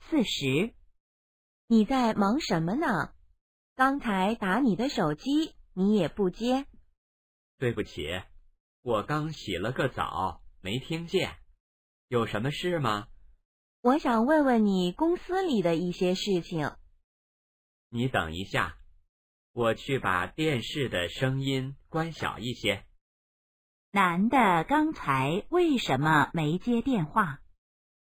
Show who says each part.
Speaker 1: 四十。你在忙什么呢？刚才打你的手机，你也不接。
Speaker 2: 对不起，我刚洗了个澡，没听见。有什么事吗？
Speaker 1: 我想问问你公司里的一些事情。
Speaker 2: 你等一下，我去把电视的声音关小一些。
Speaker 3: 男的刚才为什么没接电话？